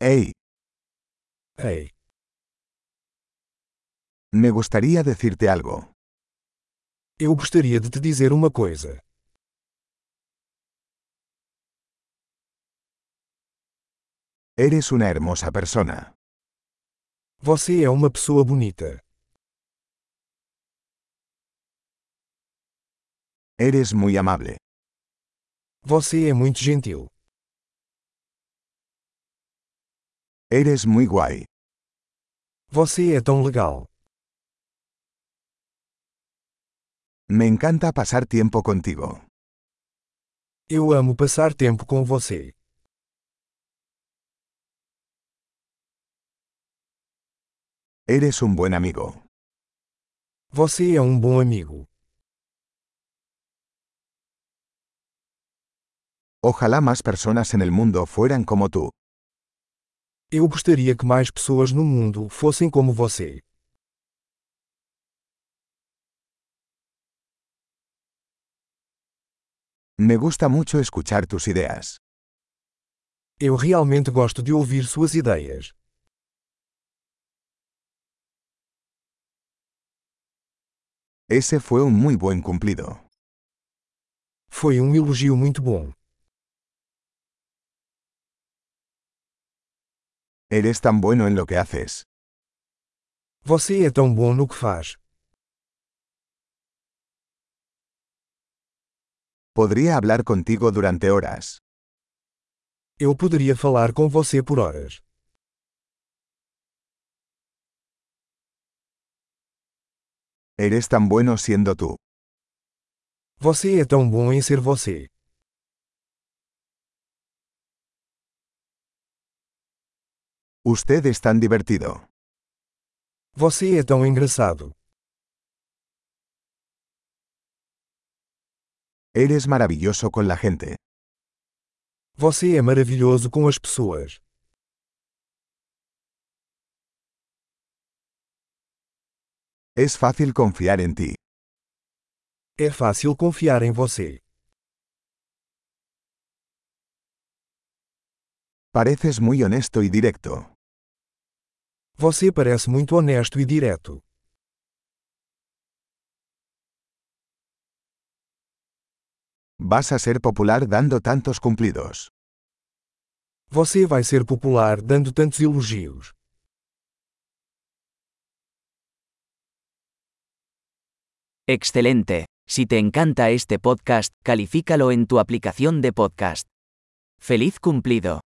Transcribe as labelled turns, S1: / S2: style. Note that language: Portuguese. S1: Hey,
S2: Hey,
S1: me gustaría decirte algo.
S2: eu gostaria de te dizer uma coisa.
S1: Eres una hermosa persona.
S2: Você é uma pessoa bonita.
S1: Eres muy amable.
S2: Você é muito gentil.
S1: Eres muy guay.
S2: Você é tão legal.
S1: Me encanta pasar tiempo contigo.
S2: Eu amo passar tempo com você.
S1: Eres un buen amigo.
S2: Você é um bom amigo.
S1: Ojalá más personas en el mundo fueran como tú.
S2: Eu gostaria que mais pessoas no mundo fossem como você.
S1: Me gusta mucho escuchar tus ideas.
S2: Eu realmente gosto de ouvir suas ideias.
S1: Ese fue un muy buen cumplido.
S2: Foi um elogio muito bom.
S1: Eres tan bueno en lo que haces.
S2: Você é tão bom no que faz.
S1: Podría hablar contigo durante horas.
S2: Eu poderia falar com você por horas.
S1: Eres tan bueno siendo tú.
S2: Você é tão bom em ser você.
S1: Usted es tan divertido.
S2: Você é tão engraçado.
S1: Eres maravilloso con la gente.
S2: Você é maravilhoso com as pessoas.
S1: Es fácil confiar en ti.
S2: É fácil confiar em você.
S1: Pareces muy honesto y directo.
S2: Você parece muito honesto e direto.
S1: Vas a ser popular dando tantos cumplidos.
S2: Você vai ser popular dando tantos elogios.
S3: Excelente. Si te encanta este podcast, califícalo en tu aplicación de podcast. ¡Feliz cumplido!